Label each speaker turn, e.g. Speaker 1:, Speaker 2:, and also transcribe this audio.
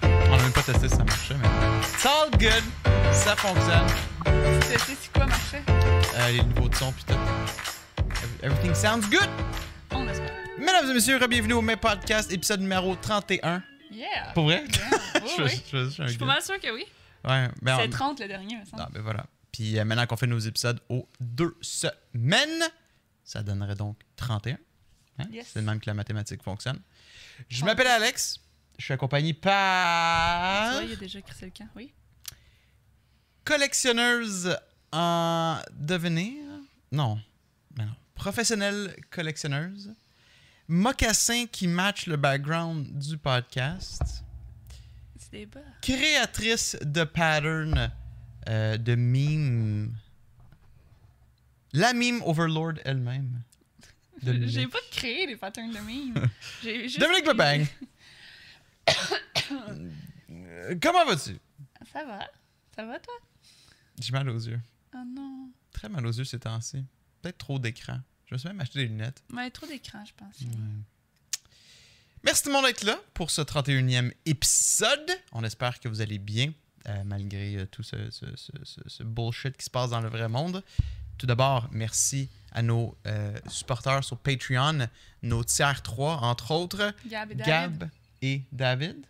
Speaker 1: pas testé si ça marchait, mais. It's all good. Ça fonctionne.
Speaker 2: Tu sais si quoi marchait?
Speaker 1: Euh, les niveaux de son, puis tout. Every- Everything sounds good.
Speaker 2: On espère.
Speaker 1: Mesdames et messieurs, bienvenue au mes podcast, épisode numéro 31.
Speaker 2: Yeah!
Speaker 1: Pour vrai?
Speaker 2: Yeah. Oui,
Speaker 1: je,
Speaker 2: oui.
Speaker 1: je- je- je suis un
Speaker 2: Je suis pas
Speaker 1: gars.
Speaker 2: mal sûr que oui.
Speaker 1: Ouais, ben,
Speaker 2: C'est
Speaker 1: on-
Speaker 2: 30 le dernier, me semble.
Speaker 1: Ah, ben voilà. Puis euh, maintenant qu'on fait nos épisodes aux deux semaines, ça donnerait donc 31. Hein?
Speaker 2: Yes.
Speaker 1: C'est le même que la mathématique fonctionne. Je m'appelle Alex. Je suis accompagné par
Speaker 2: Tu vois, il a déjà crissé le camp, oui.
Speaker 1: collectionneuse en devenir. Non. Ben non. Professionnelle collectionneuse. Mocassin qui match le background du podcast.
Speaker 2: C'est des bas.
Speaker 1: créatrice de pattern euh, de meme. La meme Overlord elle-même. De E
Speaker 2: J'ai
Speaker 1: Dominique.
Speaker 2: pas créé des patterns de mimes. J'ai juste-
Speaker 1: Dominique Lebang. Euh, Comment vas-tu?
Speaker 2: Ça va? Ça va, toi?
Speaker 1: J'ai mal aux yeux.
Speaker 2: Oh non.
Speaker 1: Très mal aux yeux ces temps-ci. Peut-être trop d'écran. Je me suis même acheté des lunettes.
Speaker 2: Mais trop d'écran, je pense.
Speaker 1: Merci tout le monde d'être là pour ce 31e épisode. On espère que vous allez bien euh, malgré euh, tout ce, ce- ce- ce- ce bullshit qui se passe dans le vrai monde. Tout d'abord, merci à nos euh, supporters sur Patreon, nos tiers 3, entre autres,
Speaker 2: Gab et David.
Speaker 1: Gab et David.